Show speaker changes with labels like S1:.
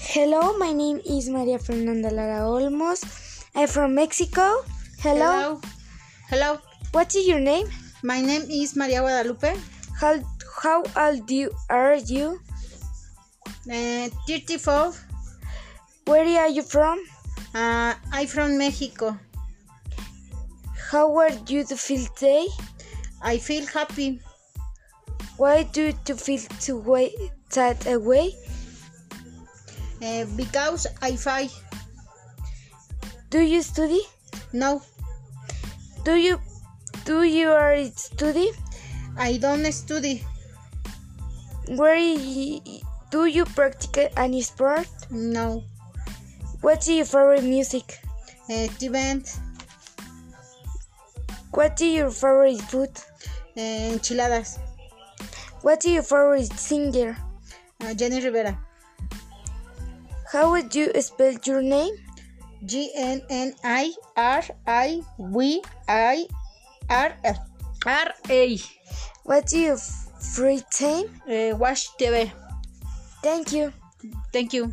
S1: Hello, my name is Maria Fernanda Lara Olmos. I'm from Mexico. Hello.
S2: Hello. Hello.
S1: What is your name?
S2: My name is Maria Guadalupe.
S1: How how old you are you?
S2: Uh, 34.
S1: Where are you from?
S2: Uh, I'm from Mexico.
S1: How are you to feel today?
S2: I feel happy
S1: Why do you feel to way that away?
S2: uh, because I fight.
S1: Do you study?
S2: No,
S1: Do you do you are study?
S2: I don't study.
S1: Where y- do you practice any sport?
S2: No.
S1: What is your favorite music?
S2: Uh, event.
S1: What is your favorite food?
S2: Uh, enchiladas.
S1: What is your favorite singer?
S2: Uh, Jenny Rivera.
S1: How would you spell your name?
S2: G N N I R I V I R R A.
S1: What is your f- free time?
S2: Eh, Uh, Watch TV.
S1: Thank you.
S2: Thank you.